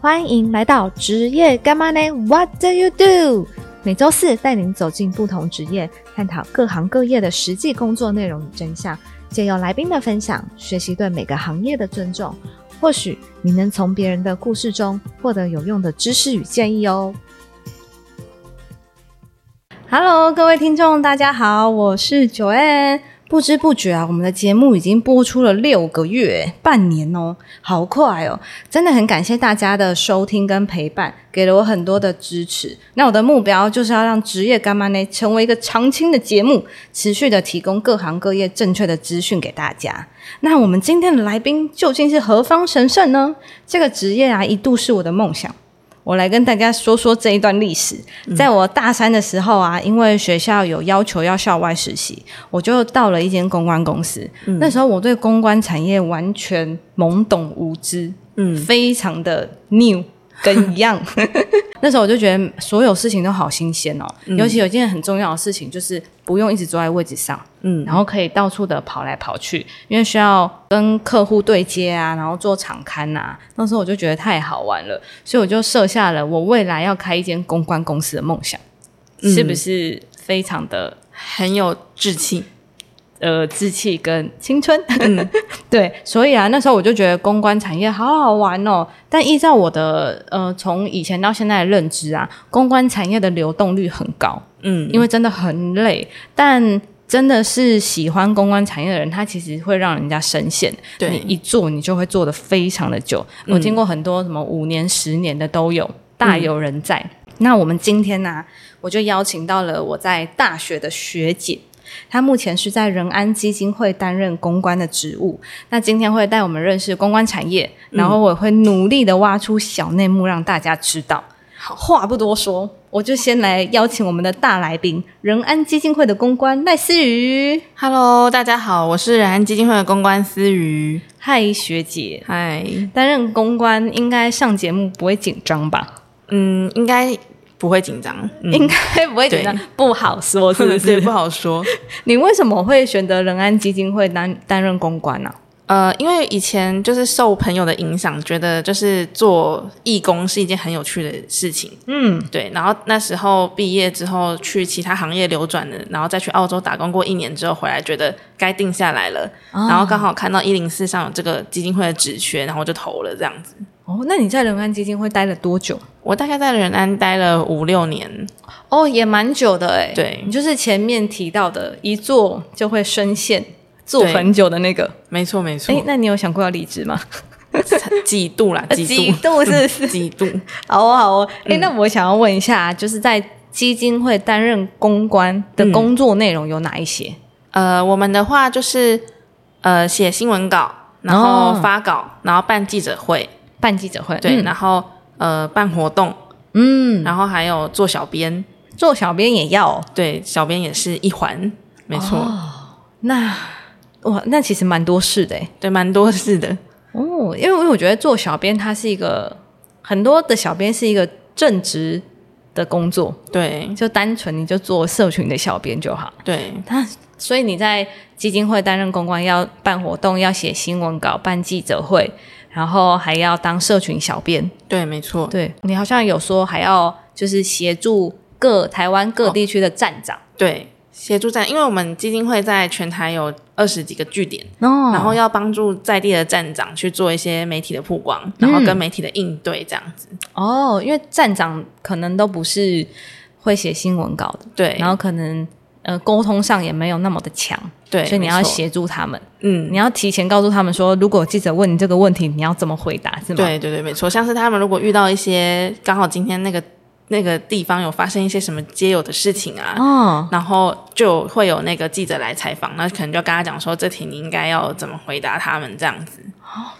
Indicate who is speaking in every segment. Speaker 1: 欢迎来到职业干嘛呢？What do you do？每周四带您走进不同职业，探讨各行各业的实际工作内容与真相，借由来宾的分享，学习对每个行业的尊重。或许你能从别人的故事中获得有用的知识与建议哦。
Speaker 2: Hello，各位听众，大家好，我是九 N。不知不觉啊，我们的节目已经播出了六个月，半年哦，好快哦！真的很感谢大家的收听跟陪伴，给了我很多的支持。那我的目标就是要让职业干妈呢成为一个常青的节目，持续的提供各行各业正确的资讯给大家。那我们今天的来宾究竟是何方神圣呢？这个职业啊，一度是我的梦想。我来跟大家说说这一段历史。在我大三的时候啊，因为学校有要求要校外实习，我就到了一间公关公司。那时候我对公关产业完全懵懂无知，嗯，非常的 new 跟一样。那时候我就觉得所有事情都好新鲜哦，尤其有一件很重要的事情，就是不用一直坐在位置上，嗯，然后可以到处的跑来跑去，因为需要跟客户对接啊，然后做场刊啊。那时候我就觉得太好玩了，所以我就设下了我未来要开一间公关公司的梦想，是不是非常的
Speaker 3: 很有志气。
Speaker 2: 呃志气跟青春。 对，所以啊，那时候我就觉得公关产业好好玩哦。但依照我的呃从以前到现在的认知啊，公关产业的流动率很高，
Speaker 3: 嗯，
Speaker 2: 因为真的很累，但。真的是喜欢公关产业的人，他其实会让人家深陷。
Speaker 3: 对
Speaker 1: 嗯
Speaker 2: 你一做，你就会做的非常的久。我听过很多什么五年、十年的都有，大有人在。那我们今天呢、我就邀请到了我在大学的学姐，她目前是在仁安基金会担任公关的职务。那今天会带我们认识公关产业，然后我会努力的挖出小内幕让大家知道。话不多说，我就先来邀请我们的大来宾——仁安基金会的公关赖思雨。
Speaker 3: Hello，大家好，我是仁安基金会的公关思瑜。
Speaker 2: 嗨，学姐，
Speaker 3: 嗨，
Speaker 2: 担任公关应该上节目不会紧张吧？
Speaker 3: 嗯，应该不会紧张，嗯、
Speaker 2: 应该 不会紧张
Speaker 3: 对，
Speaker 2: 不好说，是不
Speaker 3: 对
Speaker 2: 是
Speaker 3: 不？好说。
Speaker 2: 你为什么会选择仁安基金会担担任公关啊呢、
Speaker 3: 呃，因为以前就是受朋友的影响，觉得就是做义工是一件很有趣的事情，
Speaker 2: 嗯，
Speaker 3: 对。然后那时候毕业之后去其他行业流转的，然后再去澳洲打工过一年之后回来，觉得该定下来了。然后刚好看到一零四上有这个基金会的职缺，然后我就投了这样子。
Speaker 2: 哦，那你在仁安基金会待了多久？
Speaker 3: 我大概在仁安待了五六年，
Speaker 2: 哦，也蛮久的哎。
Speaker 3: 对
Speaker 2: 你就是前面提到的，一做就会深陷，做
Speaker 3: 对
Speaker 2: 很久的那个。
Speaker 3: 没错没错
Speaker 2: 哎，，那你有想过要离职 吗？
Speaker 3: 几度啦，呃几度，
Speaker 2: 度是不是？
Speaker 3: 几度。
Speaker 2: 好哦，好哦。哎、那我想要问一下，啊就是在基金会担任公关的工作内容有哪一些？
Speaker 3: 呃，我们的话就是呃写新闻稿，然后
Speaker 2: 哦
Speaker 3: 发稿，然后办记者会，
Speaker 2: 办记者会，
Speaker 3: 对，
Speaker 2: 嗯
Speaker 3: 然后呃办活动，
Speaker 2: 嗯，
Speaker 3: 然后还有做小编，
Speaker 2: 做小编也要、哦。
Speaker 3: 对，小编也是一环，没错，
Speaker 2: 那哇，那其实蛮多事的哎。
Speaker 3: 对，蛮多事的，
Speaker 2: 哦，因为因为我觉得做小编它是一个很多的小编是一个正职的工作，
Speaker 3: 对
Speaker 2: 就单纯你就做社群的小编就好。
Speaker 3: 对，
Speaker 2: 那所以你在基金会担任公关，要办活动，要写新闻稿，办记者会，然后还要当社群小编。
Speaker 3: 对，没错，
Speaker 2: 对你好像有说还要就是协助各台湾各地区的站长，
Speaker 3: 对，协助站，因为我们基金会在全台有二十几个据点。
Speaker 2: 哦
Speaker 3: 然后要帮助在地的站长去做一些媒体的曝光，然
Speaker 2: 嗯
Speaker 3: 后跟媒体的应对这样子。
Speaker 2: 哦，因为站长可能都不是会写新闻稿的，
Speaker 3: 对，
Speaker 2: 然后可能呃沟通上也没有那么的强，
Speaker 3: 对，
Speaker 2: 所以你
Speaker 3: 没
Speaker 2: 要
Speaker 3: 错，
Speaker 2: 协助他们，
Speaker 3: 嗯，
Speaker 2: 你要提前告诉他们说，如果记者问你这个问题，你要怎么回答，是吗？
Speaker 3: 对对对，没错。像是他们如果遇到一些刚好今天那个那个地方有发生一些什么街友的事情啊，
Speaker 2: 哦，
Speaker 3: 然后就会有那个记者来采访，那可能就跟他讲说这题你应该要怎么回答他们这样子。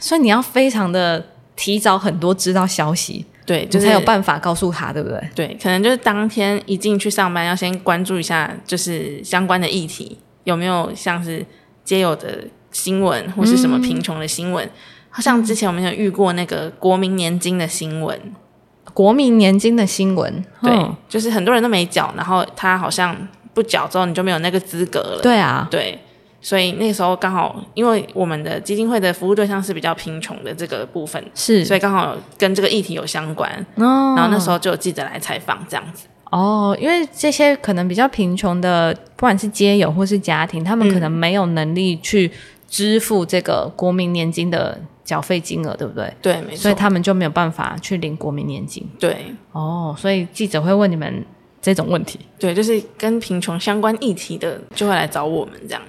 Speaker 2: 所以你要非常的提早很多知道消息，
Speaker 3: 对，就
Speaker 2: 你
Speaker 3: 是
Speaker 2: 才有办法告诉他，对不对？
Speaker 3: 嗯对，可能就是当天一进去上班要先关注一下，就是相关的议题有没有像是街友的新闻或是什
Speaker 2: 嗯
Speaker 3: 么贫穷的新闻。像之前我们有遇过那个国民年金的新闻，
Speaker 2: 国民年金的新闻，
Speaker 3: 对，
Speaker 2: 嗯
Speaker 3: 就是很多人都没缴，然后他好像不缴之后你就没有那个资格了。
Speaker 2: 对啊，
Speaker 3: 对所以那时候刚好，因为我们的基金会的服务对象是比较贫穷的这个部分，
Speaker 2: 是，
Speaker 3: 所
Speaker 2: 以
Speaker 3: 以刚好跟这个议题有相关。
Speaker 2: 哦
Speaker 3: 然后那时候就有记者来采访，这样子。
Speaker 2: 哦，因为这些可能比较贫穷的，不管是街友或是家庭，他们可能没有能力去支付这个国民年金的缴费金额，对不对？
Speaker 3: 对，没
Speaker 2: 所
Speaker 3: 错
Speaker 2: 以，他们就没有办法去领国民年金。
Speaker 3: 对
Speaker 2: 哦，所以记者会问你们这种问题。
Speaker 3: 对，就是跟贫穷相关议题的就会来找我们这样。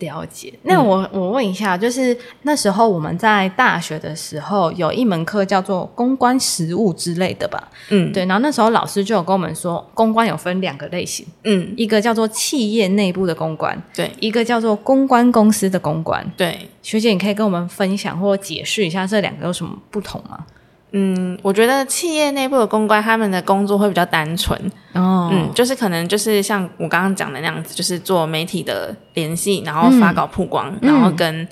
Speaker 2: 了解。
Speaker 3: 嗯
Speaker 2: 那我、我问一下，就是那时候我们在大学的时候有一门课叫做公关实务之类的吧？
Speaker 3: 嗯，
Speaker 2: 对，然后那时候老师就有跟我们说，公关有分两个类型，
Speaker 3: 嗯，
Speaker 2: 一个叫做企业内部的公关，
Speaker 3: 对
Speaker 2: 一个叫做公关公司的公关。
Speaker 3: 对，
Speaker 2: 学姐，你可以跟我们分享或解释一下这两个有什么不同吗？
Speaker 3: 嗯，我觉得企业内部的公关，他们的工作会比较单纯，
Speaker 2: 哦
Speaker 3: 嗯，就是可能就是像我刚刚讲的那样子，就是做媒体的联系，然后发稿曝光，
Speaker 2: 嗯
Speaker 3: 然后跟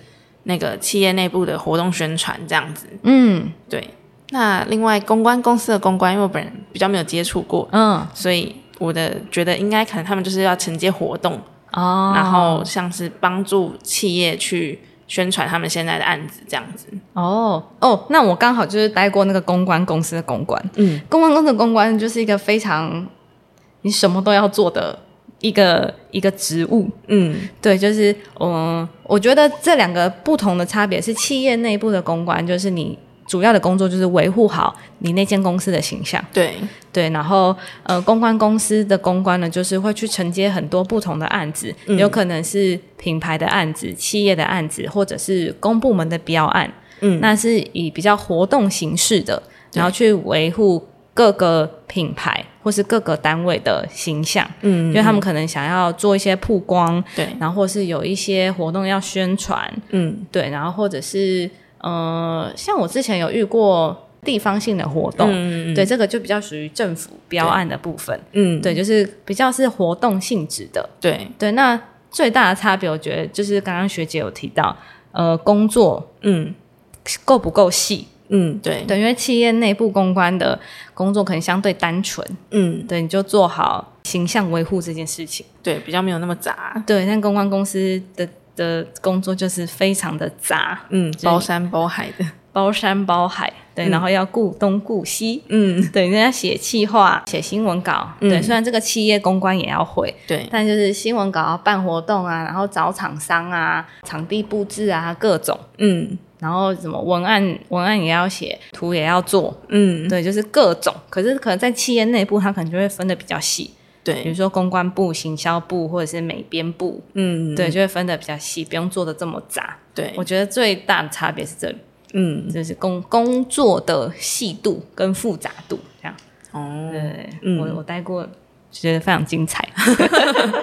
Speaker 3: 那个企业内部的活动宣传这样子。
Speaker 2: 嗯
Speaker 3: 对，那另外公关公司的公关，因为我本人比较没有接触过，
Speaker 2: 嗯
Speaker 3: 所以我的觉得应该可能他们就是要承接活动，
Speaker 2: 哦，
Speaker 3: 然后像是帮助企业去宣传他们现在的案子这样子。
Speaker 2: 哦哦，那我刚好就是待过那个公关公司的公关，
Speaker 3: 嗯，
Speaker 2: 公关公司的公关就是一个非常你什么都要做的一个一个职务。
Speaker 3: 嗯，
Speaker 2: 对，就是嗯，我觉得这两个不同的差别是企业内部的公关，就是你主要的工作就是维护好你那间公司的形象。
Speaker 3: 对
Speaker 2: 对，然后呃，公关公司的公关呢，就是会去承接很多不同的案子，
Speaker 3: 嗯
Speaker 2: 有可能是品牌的案子、企业的案子，或者是公部门的标案。
Speaker 3: 嗯
Speaker 2: 那是以比较活动形式的，然后去维护各个品牌或是各个单位的形象，
Speaker 3: 嗯，
Speaker 2: 因为他们可能想要做一些曝光，
Speaker 3: 对，
Speaker 2: 然后或是有一些活动要宣传，
Speaker 3: 嗯
Speaker 2: 对，然后或者是呃，像我之前有遇过地方性的活动。
Speaker 3: 嗯
Speaker 2: 对，这个就比较属于政府标案的部分，
Speaker 3: 嗯
Speaker 2: 对，就是比较是活动性质的。
Speaker 3: 对
Speaker 2: 对，那最大的差别，我觉得就是刚刚学姐有提到，呃，工作
Speaker 3: 嗯
Speaker 2: 够不够细？
Speaker 3: 嗯对
Speaker 2: 对，因为企业内部公关的工作可能相对单纯，
Speaker 3: 嗯
Speaker 2: 对，你就做好形象维护这件事情。
Speaker 3: 对，比较没有那么杂。
Speaker 2: 对，但公关公司的的工作就是非常的杂，
Speaker 3: 嗯，包山包海 的。
Speaker 2: 包山包海，对，然后要顾东顾西。
Speaker 3: 嗯，
Speaker 2: 对，人家写企划、写新闻稿，
Speaker 3: 嗯
Speaker 2: 对，虽然这个企业公关也要会，
Speaker 3: 对
Speaker 2: 但就是新闻稿要办活动啊，然后找厂商啊、场地布置啊各种，
Speaker 3: 嗯
Speaker 2: 然后什么文案文案也要写，图也要做，
Speaker 3: 嗯
Speaker 2: 对，就是各种。可是可能在企业内部，它可能就会分的比较细，比如
Speaker 3: 对
Speaker 2: 说公关部、行销部或者是美编部，
Speaker 3: 嗯
Speaker 2: 对，就会分的比较细，不用做的这么杂。
Speaker 3: 对
Speaker 2: 我觉得最大的差别是这里，
Speaker 3: 嗯
Speaker 2: 就是工工作的细度跟复杂度这样。
Speaker 3: 哦
Speaker 2: 对，
Speaker 3: 嗯
Speaker 2: 我我待过，觉得非常精彩。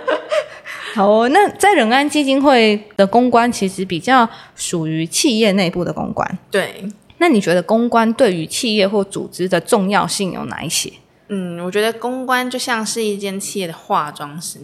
Speaker 2: 好哦，那在仁安基金会的公关其实比较属于企业内部的公关。
Speaker 3: 对
Speaker 2: 那你觉得公关对于企业或组织的重要性有哪一些？
Speaker 3: 嗯，我觉得公关就像是一间企业的化妆师，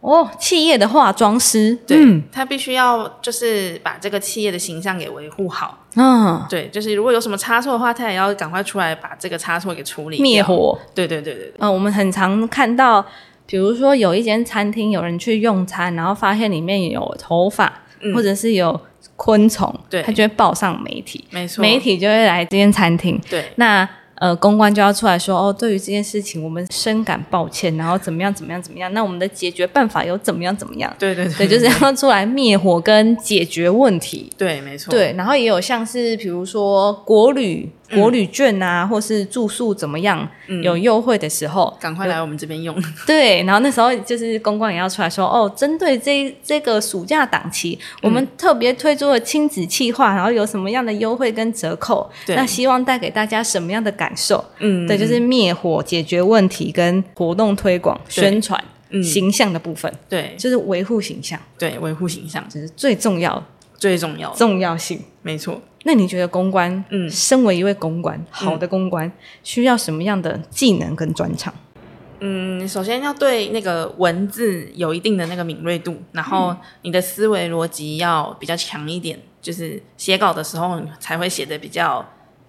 Speaker 2: 哦，企业的化妆师，
Speaker 3: 对，
Speaker 2: 嗯
Speaker 3: 他必须要就是把这个企业的形象给维护好，
Speaker 2: 啊，
Speaker 3: 对，就是如果有什么差错的话，他也要赶快出来把这个差错给处理掉
Speaker 2: 灭。火。
Speaker 3: 对对对对对，
Speaker 2: 呃，我们很常看到，比如说有一间餐厅有人去用餐，然后发现里面有头发，或者是有昆虫，
Speaker 3: 对
Speaker 2: 他就会报上媒体，
Speaker 3: 没错，
Speaker 2: 媒体就会来这间餐厅。
Speaker 3: 对
Speaker 2: 那呃，公关就要出来说哦，对于这件事情，我们深感抱歉，然后怎么样怎么样怎么样，那我们的解决办法有怎么样怎么样？
Speaker 3: 对对
Speaker 2: 对，就是要出来灭火跟解决问题。
Speaker 3: 对，没错，
Speaker 2: 对，然后也有像是比如说国旅、国旅券啊，或是住宿怎么样、有优惠的时候，
Speaker 3: 赶快来我们这边用。
Speaker 2: 对，然后那时候就是公关也要出来说，哦，针对这这个暑假档期，我们特别推出了亲子计划，然后有什么样的优惠跟折扣，
Speaker 3: 对
Speaker 2: 那希望带给大家什么样的感受？
Speaker 3: 嗯，
Speaker 2: 对，就是灭火、解决问题跟活动推广、宣传、
Speaker 3: 嗯
Speaker 2: 形象的部分，
Speaker 3: 对
Speaker 2: 就是维护形象，
Speaker 3: 对，维护形象
Speaker 2: 这是最重要
Speaker 3: 哦最重要的，
Speaker 2: 重要性。
Speaker 3: 没错。
Speaker 2: 那你觉得公关，
Speaker 3: 嗯
Speaker 2: 身为一位公关，好的公关、需要什么样的技能跟专长？
Speaker 3: 嗯，首先要对那个文字有一定的那个敏锐度，然后你的思维逻辑要比较强一点，就是写稿的时候你才会写的比较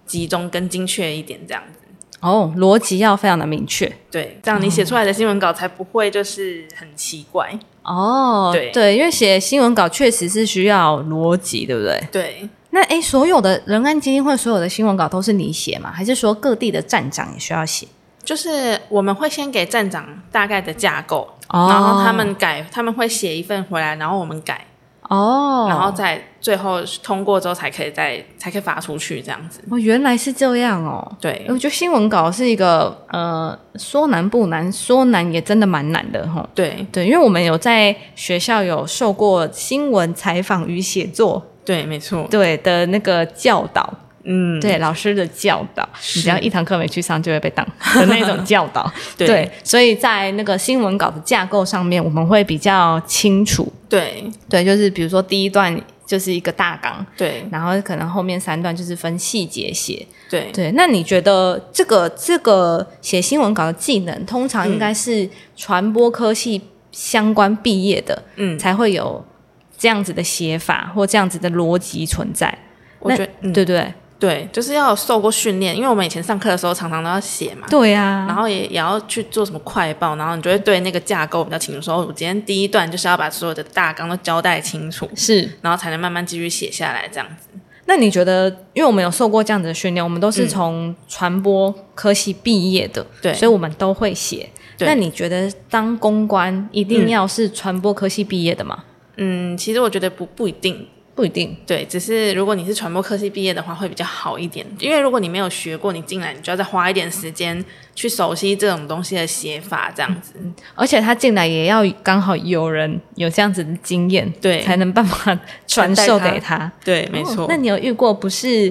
Speaker 3: 集中跟精确一点，这样子。
Speaker 2: 哦，逻辑要非常的明确。
Speaker 3: 对，这样你写出来的新闻稿才不会就是很奇怪。
Speaker 2: 哦，
Speaker 3: 对
Speaker 2: 对，因为写新闻稿确实是需要逻辑，对不对？
Speaker 3: 对，
Speaker 2: 那诶，所有的仁安基金会所有的新闻稿都是你写吗？还是说各地的站长也需要写？
Speaker 3: 就是我们会先给站长大概的架构，
Speaker 2: 哦
Speaker 3: 然后他们改，他们会写一份回来，然后我们改，
Speaker 2: 哦，
Speaker 3: 然后再最后通过之后才可以再才可以发出去这样子。
Speaker 2: 哦，原来是这样哦。
Speaker 3: 对
Speaker 2: 我觉得新闻稿是一个呃，说难不难，说难也真的蛮难的哈。
Speaker 3: 对
Speaker 2: 对，因为我们有在学校有受过新闻采访与写作
Speaker 3: 对，没错。
Speaker 2: 对的那个教导，
Speaker 3: 嗯，
Speaker 2: 对老师的教导，你只要一堂课没去上就会 被当的那种教导。
Speaker 3: 对
Speaker 2: 对，所以在那个新闻稿的架构上面，我们会比较清楚。
Speaker 3: 对
Speaker 2: 对，就是比如说第一段就是一个大纲，
Speaker 3: 对
Speaker 2: 然后可能后面三段就是分细节写。
Speaker 3: 对
Speaker 2: 对，那你觉得这个这个写新闻稿的技能，通常应该是传播科系相关毕业的，
Speaker 3: 嗯
Speaker 2: 才会有这样子的写法或这样子的逻辑存在，
Speaker 3: 我觉得、嗯、
Speaker 2: 对不对？
Speaker 3: 对，就是要有受过训练，因为我们以前上课的时候常常都要写嘛，
Speaker 2: 对啊呀、
Speaker 3: 然后也也要去做什么快报，然后你就会对那个架构比较清楚。说哦我今天第一段就是要把所有的大纲都交代清楚，
Speaker 2: 是。
Speaker 3: 然后才能慢慢继续写下来这样子。
Speaker 2: 那你觉得，因为我们有受过这样子的训练，我们都是从传播科系毕业的，
Speaker 3: 嗯对
Speaker 2: 所以我们都会写。
Speaker 3: 对
Speaker 2: 那你觉得当公关一定要是传播科系毕业的吗？
Speaker 3: 嗯，其实我觉得不不一定，
Speaker 2: 不一定。
Speaker 3: 对，只是如果你是传播科系毕业的话，会比较好一点。因为如果你没有学过，你进来你就要再花一点时间去熟悉这种东西的写法，这样子。
Speaker 2: 而且他进来也要刚好有人有这样子的经验，
Speaker 3: 对
Speaker 2: 才能办法传授给他。
Speaker 3: 对，没错。
Speaker 2: 哦那你有遇过不是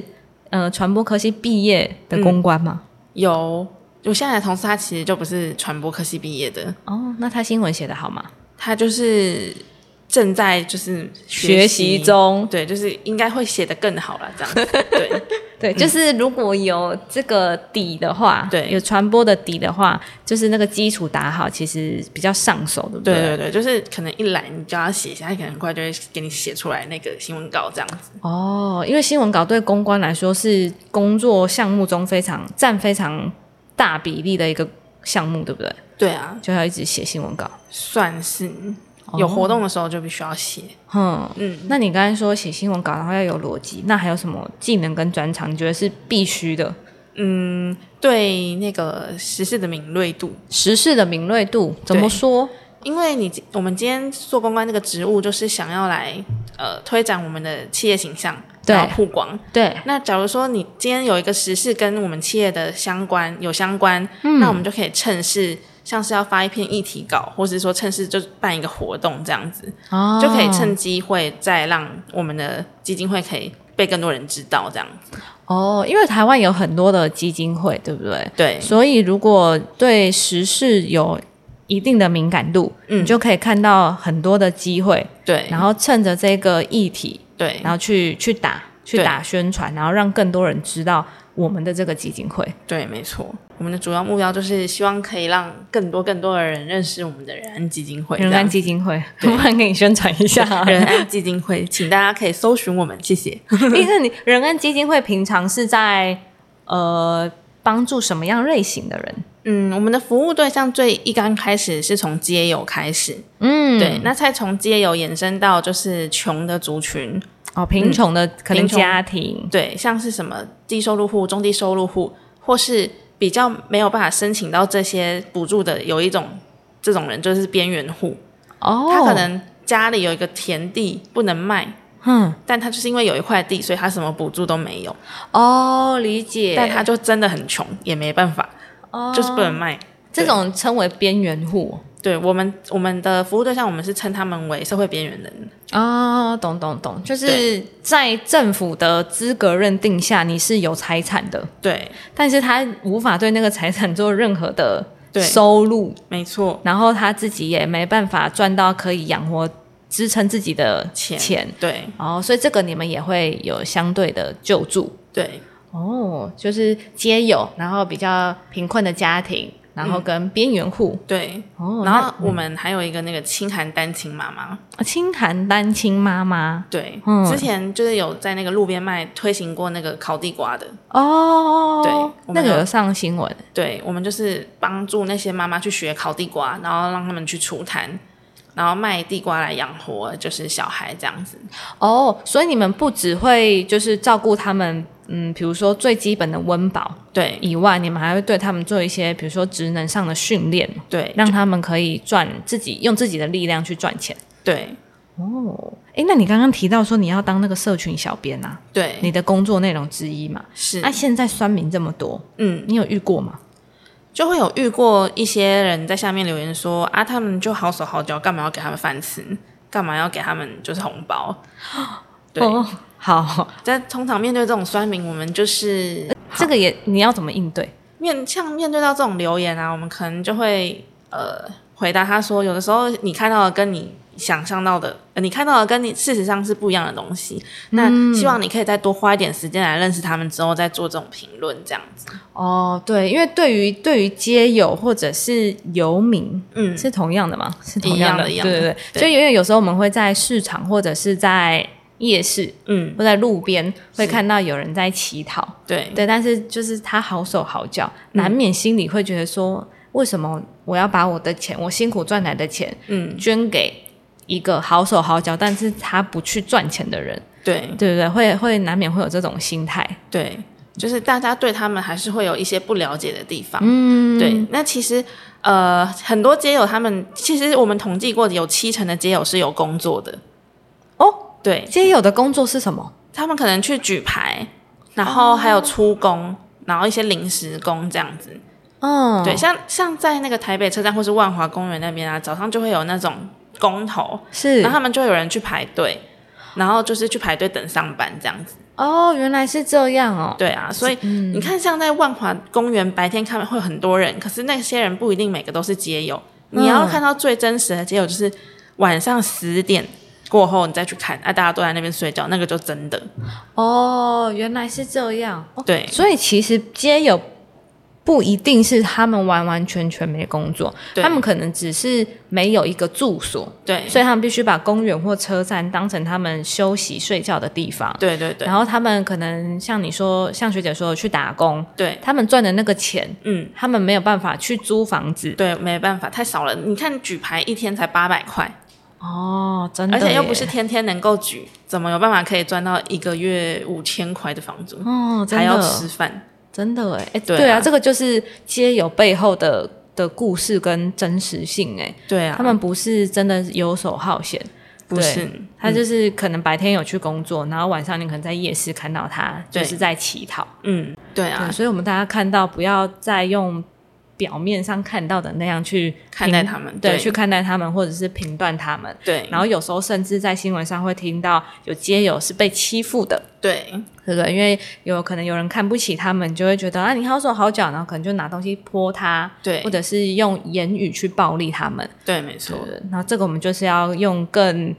Speaker 2: 呃传播科系毕业的公关吗？
Speaker 3: 有我现在的同事，他其实就不是传播科系毕业的，
Speaker 2: 哦，那他新闻写的好吗？
Speaker 3: 他就是正在就是
Speaker 2: 学习中
Speaker 3: 对，就是应该会写得更好了，这 样子。对
Speaker 2: 对，啊就是如果有这个底的话，
Speaker 3: 对
Speaker 2: 有传播的底的话，就是那个基础打好，其实比较上手，对不
Speaker 3: 对对对，就是可能一来你就要写一下，他可能很快就会给你写出来那个新闻稿这样子。
Speaker 2: 哦，因为新闻稿对公关来说是工作项目中非常占非常大比例的一个项目，对不对？
Speaker 3: 对啊，
Speaker 2: 就要一直写新闻稿。
Speaker 3: 算是有活动的时候就必须要写。
Speaker 2: 嗯，
Speaker 3: 嗯，
Speaker 2: 那你刚才说写新闻稿，然后要有逻辑，那还有什么技能跟专长？你觉得是必须的？
Speaker 3: 对那个时事的敏锐度，
Speaker 2: 时事的敏锐度怎么
Speaker 3: 对
Speaker 2: 说？
Speaker 3: 因为你我们今天做公关这个职务，就是想要来呃推展我们的企业形象，
Speaker 2: 对
Speaker 3: 然后曝光。
Speaker 2: 对，
Speaker 3: 那假如说你今天有一个时事跟我们企业的相关有相关，
Speaker 2: 嗯
Speaker 3: 那我们就可以趁势，像是要发一篇议题稿，或是说趁势就办一个活动这样子，
Speaker 2: 哦
Speaker 3: 就可以趁机会再让我们的基金会可以被更多人知道这样子。
Speaker 2: 哦，因为台湾有很多的基金会，对不对？
Speaker 3: 对
Speaker 2: 所以如果对时事有一定的敏感度，
Speaker 3: 嗯
Speaker 2: 你就可以看到很多的机会，
Speaker 3: 对
Speaker 2: 然后趁着这个议题，
Speaker 3: 对
Speaker 2: 然后去去打去
Speaker 3: 对
Speaker 2: 打宣传，然后让更多人知道我们的这个基金会。
Speaker 3: 对，没错。我们的主要目标就是希望可以让更多更多的人认识我们的仁安基金会。
Speaker 2: 仁安基金会， 我然给你宣传一下、
Speaker 3: 这样 仁安基金会，请大家可以搜寻我们，谢谢。
Speaker 2: 因哎为你仁安基金会平常是在呃帮助什么样类型的人？
Speaker 3: 嗯，我们的服务对象最一刚开始是从街友开始，
Speaker 2: 嗯，
Speaker 3: 对，那再从街友延伸到就是穷的族群，
Speaker 2: 哦，贫穷的、可能
Speaker 3: 贫穷
Speaker 2: 家庭，
Speaker 3: 对，像是什么低收入户、中低收入户，或是比较没有办法申请到这些补助的，有一种这种人就是边缘户，
Speaker 2: 哦，
Speaker 3: 他可能家里有一个田地不能卖，
Speaker 2: 嗯。
Speaker 3: 但他就是因为有一块地，所以他什么补助都没有，
Speaker 2: 哦，理解。
Speaker 3: 但他就真的很穷，也没办法，
Speaker 2: 哦
Speaker 3: 就是不能卖。
Speaker 2: 这种称为边缘户
Speaker 3: 对我们我们的服务对象，我们是称他们为社会边缘人，
Speaker 2: 哦，懂懂懂，就是在政府的资格认定下，你是有财产的，
Speaker 3: 对，
Speaker 2: 但是他无法对那个财产做任何的
Speaker 3: 对
Speaker 2: 收入，
Speaker 3: 没错，
Speaker 2: 然后他自己也没办法赚到可以养活支撑自己的
Speaker 3: 钱
Speaker 2: 钱
Speaker 3: 对
Speaker 2: 哦，所以这个你们也会有相对的救助。
Speaker 3: 对
Speaker 2: 哦，就是皆有，然后比较贫困的家庭，然后跟边缘户、
Speaker 3: 对，
Speaker 2: 哦
Speaker 3: 然后我们还有一个那个清寒单亲妈妈，
Speaker 2: 那啊清寒单亲妈妈
Speaker 3: 对，
Speaker 2: 嗯
Speaker 3: 之前就是有在那个路边卖推行过那个烤地瓜的，
Speaker 2: 哦，
Speaker 3: 对我
Speaker 2: 那
Speaker 3: 们
Speaker 2: 个
Speaker 3: 有
Speaker 2: 有上新闻
Speaker 3: 对我们就是帮助那些妈妈去学烤地瓜，然后让他们去出摊，然后卖地瓜来养活就是小孩这样子。
Speaker 2: 哦，所以你们不只会就是照顾他们，嗯，比如说最基本的温饱
Speaker 3: 对
Speaker 2: 以外，你们还会对他们做一些，比如说职能上的训练，
Speaker 3: 对，
Speaker 2: 让他们可以赚自己用自己的力量去赚钱。
Speaker 3: 对
Speaker 2: 哦，哎，那你刚刚提到说你要当那个社群小编啊，
Speaker 3: 对
Speaker 2: 你的工作内容之一嘛？
Speaker 3: 是
Speaker 2: 那、，现在酸民这么多，
Speaker 3: 嗯，
Speaker 2: 你有遇过吗？
Speaker 3: 就会有遇过一些人在下面留言说啊，他们就好手好脚，干嘛要给他们饭吃？干嘛要给他们就是红包？对，
Speaker 2: 哦，好，
Speaker 3: 在通常面对这种酸民，我们就是
Speaker 2: 这个也你要怎么应对？
Speaker 3: 面像面对到这种留言啊，我们可能就会呃回答他说，有的时候你看到的跟你想象到的，呃你看到的跟你事实上是不一样的东西。那希望你可以再多花一点时间来认识他们之后，再做这种评论，这样子。
Speaker 2: 哦，对，因为对于对于街友或者是游民，
Speaker 3: 嗯，
Speaker 2: 是同样的吗？是同样
Speaker 3: 一
Speaker 2: 对
Speaker 3: 样的
Speaker 2: 对
Speaker 3: 一样的
Speaker 2: 对。所以因为有时候我们会在市场或者是在夜市
Speaker 3: 嗯，
Speaker 2: 或在路边会看到有人在乞讨，
Speaker 3: 对
Speaker 2: 对，但是就是他好手好脚，难免心里会觉得说，为什么我要把我的钱，我辛苦赚来的钱
Speaker 3: 嗯，
Speaker 2: 捐给一个好手好脚，但是他不去赚钱的人，
Speaker 3: 对
Speaker 2: 对对对，会会难免会有这种心态，
Speaker 3: 对，就是大家对他们还是会有一些不了解的地方。
Speaker 2: 嗯，
Speaker 3: 对，那其实呃，很多街友他们其实我们统计过，有七成的街友是有工作的。
Speaker 2: 哦，
Speaker 3: 对
Speaker 2: 街友的工作是什么？
Speaker 3: 他们可能去举牌，然后还有出工，
Speaker 2: 哦
Speaker 3: 然后一些临时工这样子。
Speaker 2: 嗯，
Speaker 3: 对，，像像在那个台北车站或是万华公园那边啊，早上就会有那种工头，
Speaker 2: 是
Speaker 3: 然后他们就会有人去排队，然后就是去排队等上班这样子。
Speaker 2: 哦，原来是这样哦，
Speaker 3: 对啊，所以你看，像在万华公园白天看会很多人，可是那些人不一定每个都是街友。你要
Speaker 2: 嗯
Speaker 3: 看到最真实的街友，就是晚上十点过后你再去看，啊，大家都在那边睡觉，那个就真的
Speaker 2: 哦，原来是这样。哦
Speaker 3: 对
Speaker 2: 所以其实街友不一定是他们完完全全没工作，
Speaker 3: 对
Speaker 2: 他们可能只是没有一个住所，
Speaker 3: 对，
Speaker 2: 所以他们必须把公园或车站当成他们休息睡觉的地方。
Speaker 3: 对对对
Speaker 2: 然后他们可能像你说，像学姐说的去打工，
Speaker 3: 对，
Speaker 2: 他们赚的那个钱，
Speaker 3: 嗯。
Speaker 2: 他们没有办法去租房子。
Speaker 3: 对，没办法，太少了。你看举牌一天才八百块，
Speaker 2: 哦，真的
Speaker 3: 而
Speaker 2: 耶，
Speaker 3: 且又不是天天能够举，怎么有办法可以赚到一个月五千块的房租？
Speaker 2: 哦，真
Speaker 3: 还
Speaker 2: 的
Speaker 3: 要吃饭，
Speaker 2: 真的哎、欸，
Speaker 3: 对啊
Speaker 2: 对啊，这个就是街友背后的的故事跟真实性哎、
Speaker 3: 对啊，
Speaker 2: 他们不是真的游手好闲，
Speaker 3: 不是
Speaker 2: 对，他就是可能白天有去工作，然后晚上你可能在夜市看到他
Speaker 3: 对
Speaker 2: 就是在乞讨，
Speaker 3: 嗯，对啊
Speaker 2: 对，，所以我们大家看到不要再用表面上看到的那样去
Speaker 3: 看待
Speaker 2: 评
Speaker 3: 他们，
Speaker 2: 对，
Speaker 3: 对
Speaker 2: 去看待他们或者是评断他们，
Speaker 3: 对，
Speaker 2: 然后有时候甚至在新闻上会听到有街友是被欺负的，
Speaker 3: 对
Speaker 2: 对不对？因为有可能有人看不起他们，就会觉得啊，你好手好脚，然后可能就拿东西泼他，
Speaker 3: 对
Speaker 2: 或者是用言语去暴力他们。
Speaker 3: 对，没错，
Speaker 2: 对然后这个我们就是要用更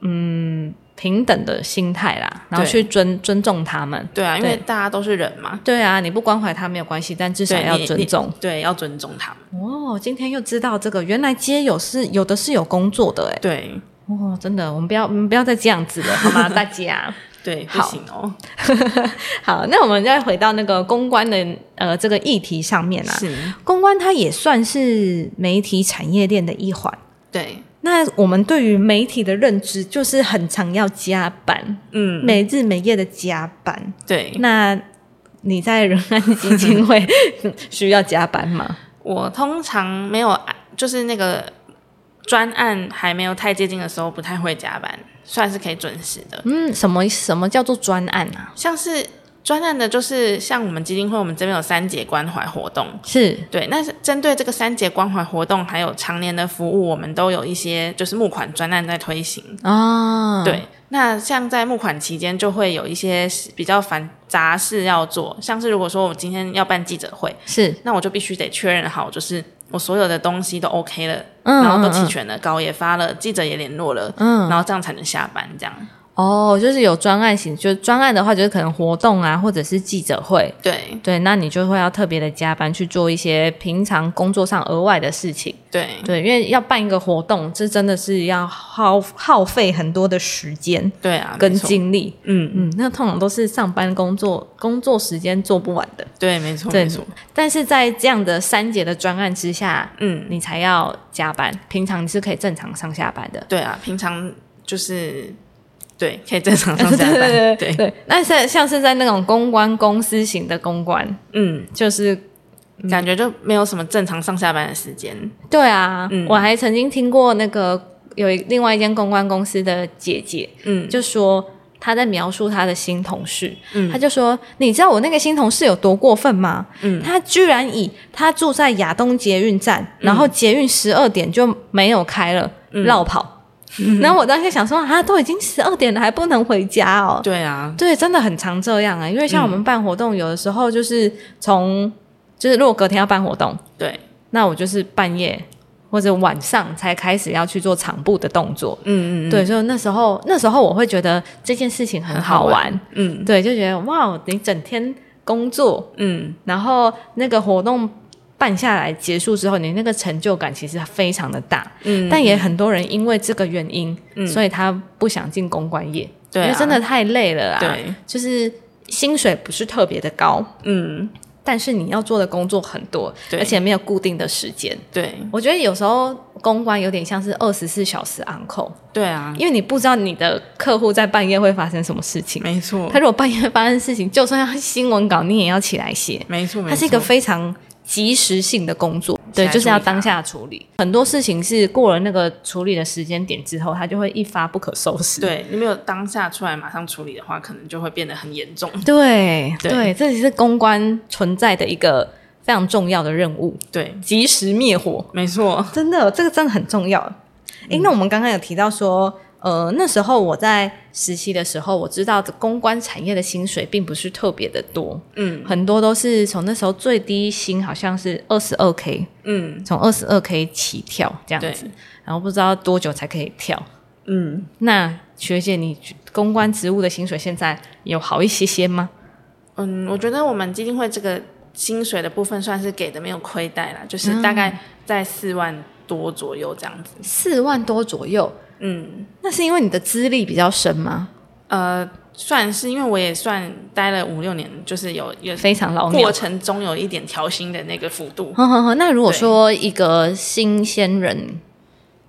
Speaker 2: 嗯平等的心态啦，然后
Speaker 3: 对
Speaker 2: 去尊尊重他们。
Speaker 3: 对啊，因为
Speaker 2: 对
Speaker 3: 大家都是人嘛，
Speaker 2: 对啊，你不关怀他没有关系，但至少
Speaker 3: 对，
Speaker 2: 要
Speaker 3: 你
Speaker 2: 尊
Speaker 3: 你
Speaker 2: 重。
Speaker 3: 对，要尊重他们，
Speaker 2: 哦，今天又知道这个，原来街友是有的是有工作的哎、
Speaker 3: 对
Speaker 2: 哦，真的，我们不要我们不要再这样子了，好吗，大家？
Speaker 3: 对，不
Speaker 2: 好
Speaker 3: 行哦，
Speaker 2: 好，那我们再回到那个公关的呃这个议题上面啦、
Speaker 3: 是，
Speaker 2: 公关它也算是媒体产业链的一环。
Speaker 3: 对，
Speaker 2: 那我们对于媒体的认知就是很常要加班，
Speaker 3: 嗯，
Speaker 2: 每日每夜的加班。
Speaker 3: 对，
Speaker 2: 那你在仁安基金会 需要加班吗？
Speaker 3: 我通常没有，就是那个专案还没有太接近的时候，不太会加班，算是可以准时的。
Speaker 2: 嗯，什么什么叫做专案啊？
Speaker 3: 像是专案的，就是像我们基金会，我们这边有三节关怀活动。
Speaker 2: 是
Speaker 3: 对，那是针对这个三节关怀活动，还有常年的服务，我们都有一些就是募款专案在推行。
Speaker 2: 啊，
Speaker 3: 对，那像在募款期间，就会有一些比较繁杂事要做，像是如果说我今天要办记者会，
Speaker 2: 是
Speaker 3: 那我就必须得确认好，就是我所有的东西都 OK 了，
Speaker 2: 嗯
Speaker 3: 然后都
Speaker 2: 嗯嗯
Speaker 3: 齐全了，稿也发了，记者也联络了，
Speaker 2: 嗯
Speaker 3: 然后这样才能下班。这样
Speaker 2: 哦，就是有专案型，就是专案的话，就是可能活动啊，或者是记者会，
Speaker 3: 对
Speaker 2: 对，那你就会要特别的加班去做一些平常工作上额外的事情，
Speaker 3: 对
Speaker 2: 对，因为要办一个活动，这真的是要耗耗费很多的时间
Speaker 3: 对啊，
Speaker 2: 跟
Speaker 3: 没错，
Speaker 2: 精力，
Speaker 3: 嗯，
Speaker 2: 嗯，那通常都是上班工作工作时间做不完的，
Speaker 3: 对，没错，
Speaker 2: 对
Speaker 3: 没错，
Speaker 2: 但是在这样的三节的专案之下，
Speaker 3: 嗯，
Speaker 2: 你才要加班，平常你是可以正常上下班的。
Speaker 3: 对啊，平常就是对，可以正常上下班，
Speaker 2: 对
Speaker 3: 对，
Speaker 2: 对，那像像是在那种公关公司型的公关，
Speaker 3: 嗯，
Speaker 2: 就是
Speaker 3: 感觉就没有什么正常上下班的时间，
Speaker 2: 对啊，
Speaker 3: 嗯
Speaker 2: 我还曾经听过那个有一另外一间公关公司的姐姐
Speaker 3: 嗯，
Speaker 2: 就说。她在描述她的新同事，
Speaker 3: 嗯
Speaker 2: 她就说：“你知道我那个新同事有多过分吗？
Speaker 3: 嗯
Speaker 2: 他居然以他住在亚东捷运站，然后捷运十二点就没有开了，
Speaker 3: 嗯
Speaker 2: 绕 跑。然后我当时想说，啊，都已经十二点了，还不能回家哦。
Speaker 3: 对嗯啊，
Speaker 2: 对，真的很常这样啊、因为像我们办活动，有的时候就是从，就是如果隔天要办活动，
Speaker 3: 对，
Speaker 2: 那我就是半夜或者晚上才开始要去做场部的动作。
Speaker 3: 嗯嗯，嗯，
Speaker 2: 对，所以那时候那时候我会觉得这件事情很
Speaker 3: 很好
Speaker 2: 好玩，
Speaker 3: 玩嗯
Speaker 2: 对，就觉得哇，哦你整天工作，
Speaker 3: 嗯，
Speaker 2: 然后那个活动办下来结束之后，你那个成就感其实非常的大，
Speaker 3: 嗯
Speaker 2: 但也很多人因为这个原因，
Speaker 3: 嗯
Speaker 2: 所以他不想进公关业，
Speaker 3: 对啊
Speaker 2: 因为真的太累了啊，
Speaker 3: 嗯对，
Speaker 2: 就是薪水不是特别的高，
Speaker 3: 嗯，
Speaker 2: 但是你要做的工作很多，
Speaker 3: 对
Speaker 2: 而且没有固定的时间。
Speaker 3: 对
Speaker 2: 我觉得有时候公关有点像是二十四小时 on call，
Speaker 3: 对啊，
Speaker 2: 因为你不知道你的客户在半夜会发生什么事情。
Speaker 3: 没错
Speaker 2: 他，如果半夜发生事情，就算要新闻稿，你也要起来写。
Speaker 3: 没错，没错
Speaker 2: 它是一个非常及时性的工作，对，
Speaker 3: 现在
Speaker 2: 就是要
Speaker 3: 处理法
Speaker 2: 当下处理。很多事情是过了那个处理的时间点之后，它就会一发不可收拾。
Speaker 3: 对，你没有当下出来马上处理的话，可能就会变得很 严重。
Speaker 2: 对
Speaker 3: 对
Speaker 2: 对，这也是公关存在的一个非常重要的任务，
Speaker 3: 对，
Speaker 2: 及时灭火。
Speaker 3: 没错，
Speaker 2: 真的，这个真的很重要。诶，那我们刚刚有提到说，呃，那时候我在实习的时候，我知道的公关产业的薪水并不是特别的多，
Speaker 3: 嗯
Speaker 2: 很多都是从那时候最低薪好像是二十二 k，
Speaker 3: 嗯
Speaker 2: 从二十二 k 起跳这样子
Speaker 3: 对，
Speaker 2: 然后不知道多久才可以跳。
Speaker 3: 嗯，
Speaker 2: 那学姐，你公关职务的薪水现在有好一些些吗？
Speaker 3: 嗯，我觉得我们基金会这个薪水的部分算是给的没有亏待啦，就是大概在四万多左右这样子。
Speaker 2: 四万多左右，
Speaker 3: 嗯，
Speaker 2: 那是因为你的资历比较深吗？
Speaker 3: 呃，算是因为我也算待了五六年，就是有有哦
Speaker 2: 非常老鸟
Speaker 3: 过。程中有一点调薪的那个幅度。
Speaker 2: 呵呵呵，那如果说一个新鲜人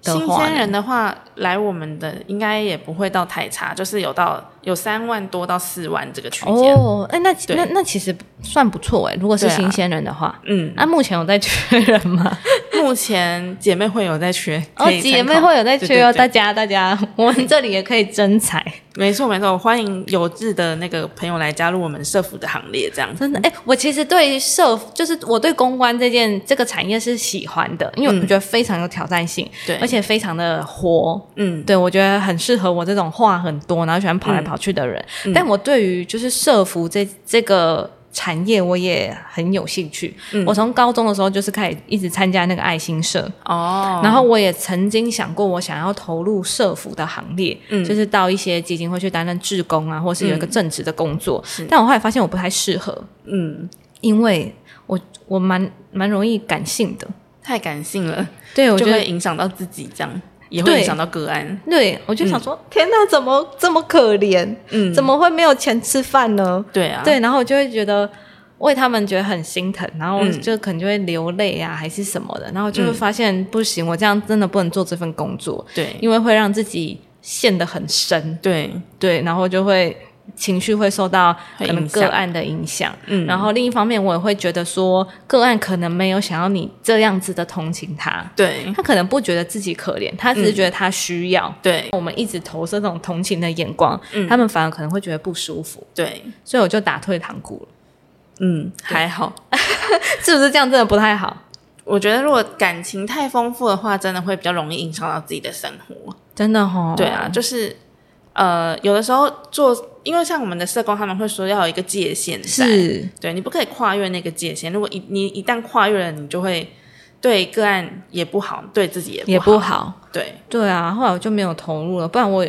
Speaker 2: 的
Speaker 3: 新
Speaker 2: 话呢，
Speaker 3: 鲜人的话，来我们的应该也不会到太差，就是有到有三万多到四万这个区间。
Speaker 2: 哦，哎、那
Speaker 3: 对
Speaker 2: 那那其实算不错哎。如果是
Speaker 3: 对啊
Speaker 2: 新鲜人的话，
Speaker 3: 嗯
Speaker 2: 那、，目前有在缺人吗？
Speaker 3: 目前姐妹会有在缺，
Speaker 2: 哦
Speaker 3: 可，以参考
Speaker 2: 姐妹会有在缺哦，
Speaker 3: 对对对
Speaker 2: 大家大家，我们这里也可以征才。
Speaker 3: 没错没错，欢迎有志的那个朋友来加入我们社服的行列，这样子。
Speaker 2: 真的，哎、我其实对社，就是我对公关这件这个产业是喜欢的，因为我觉得非常有挑战性，
Speaker 3: 嗯对
Speaker 2: 而且非常的活，
Speaker 3: 嗯，
Speaker 2: 对我觉得很适合我这种话很多，然后喜欢跑来跑去的人。
Speaker 3: 嗯
Speaker 2: 但我对于就是社服这这个产业，我也很有兴趣。
Speaker 3: 嗯
Speaker 2: 我从高中的时候就是开始一直参加那个爱心社，
Speaker 3: 哦，
Speaker 2: 然后我也曾经想过，我想要投入社服的行列，
Speaker 3: 嗯
Speaker 2: 就是到一些基金会去担任志工啊，或是有一个正职的工作。但我后来发现我不太适合，
Speaker 3: 嗯，
Speaker 2: 因为我我蛮蛮容易感性的。
Speaker 3: 太感性了，
Speaker 2: 对，我觉
Speaker 3: 就
Speaker 2: 得
Speaker 3: 会影响到自己，这样也
Speaker 2: 对
Speaker 3: 会影响到个案。
Speaker 2: 对，我就想说，天哪，怎么这么可怜？
Speaker 3: 嗯
Speaker 2: 怎么会没有钱吃饭呢？
Speaker 3: 对啊，
Speaker 2: 对，然后我就会觉得为他们觉得很心疼，然后
Speaker 3: 嗯
Speaker 2: 就可能就会流泪啊，还是什么的，然后就会发现不行，我这样真的不能做这份工作，
Speaker 3: 对
Speaker 2: 因为会让自己陷得很深，
Speaker 3: 对，
Speaker 2: 对，然后就会情绪会受到
Speaker 3: 会
Speaker 2: 可能
Speaker 3: 影
Speaker 2: 个
Speaker 3: 响
Speaker 2: 案的影响。
Speaker 3: 嗯，
Speaker 2: 然后另一方面，我也会觉得说，个案可能没有想要你这样子的同情他，
Speaker 3: 对
Speaker 2: 他可能不觉得自己可怜，他
Speaker 3: 嗯
Speaker 2: 只是觉得他需要。
Speaker 3: 对
Speaker 2: 我们一直投射这种同情的眼光，
Speaker 3: 嗯
Speaker 2: 他们反而可能会觉得不舒服，
Speaker 3: 对，
Speaker 2: 所以我就打退堂鼓了，
Speaker 3: 嗯，还好。
Speaker 2: 是不是这样真的不太好？
Speaker 3: 我觉得如果感情太丰富的话，真的会比较容易影响到自己的生活。
Speaker 2: 真的哦，
Speaker 3: 对啊，，就是呃，有的时候做，因为像我们的社工他们会说要有一个界限在，
Speaker 2: 是，
Speaker 3: 对你不可以跨越那个界限。如果一你一旦跨越了，你就会对个案也不好，对自己也不
Speaker 2: 也不好，
Speaker 3: 对，
Speaker 2: 对啊，后来我就没有投入了，不然我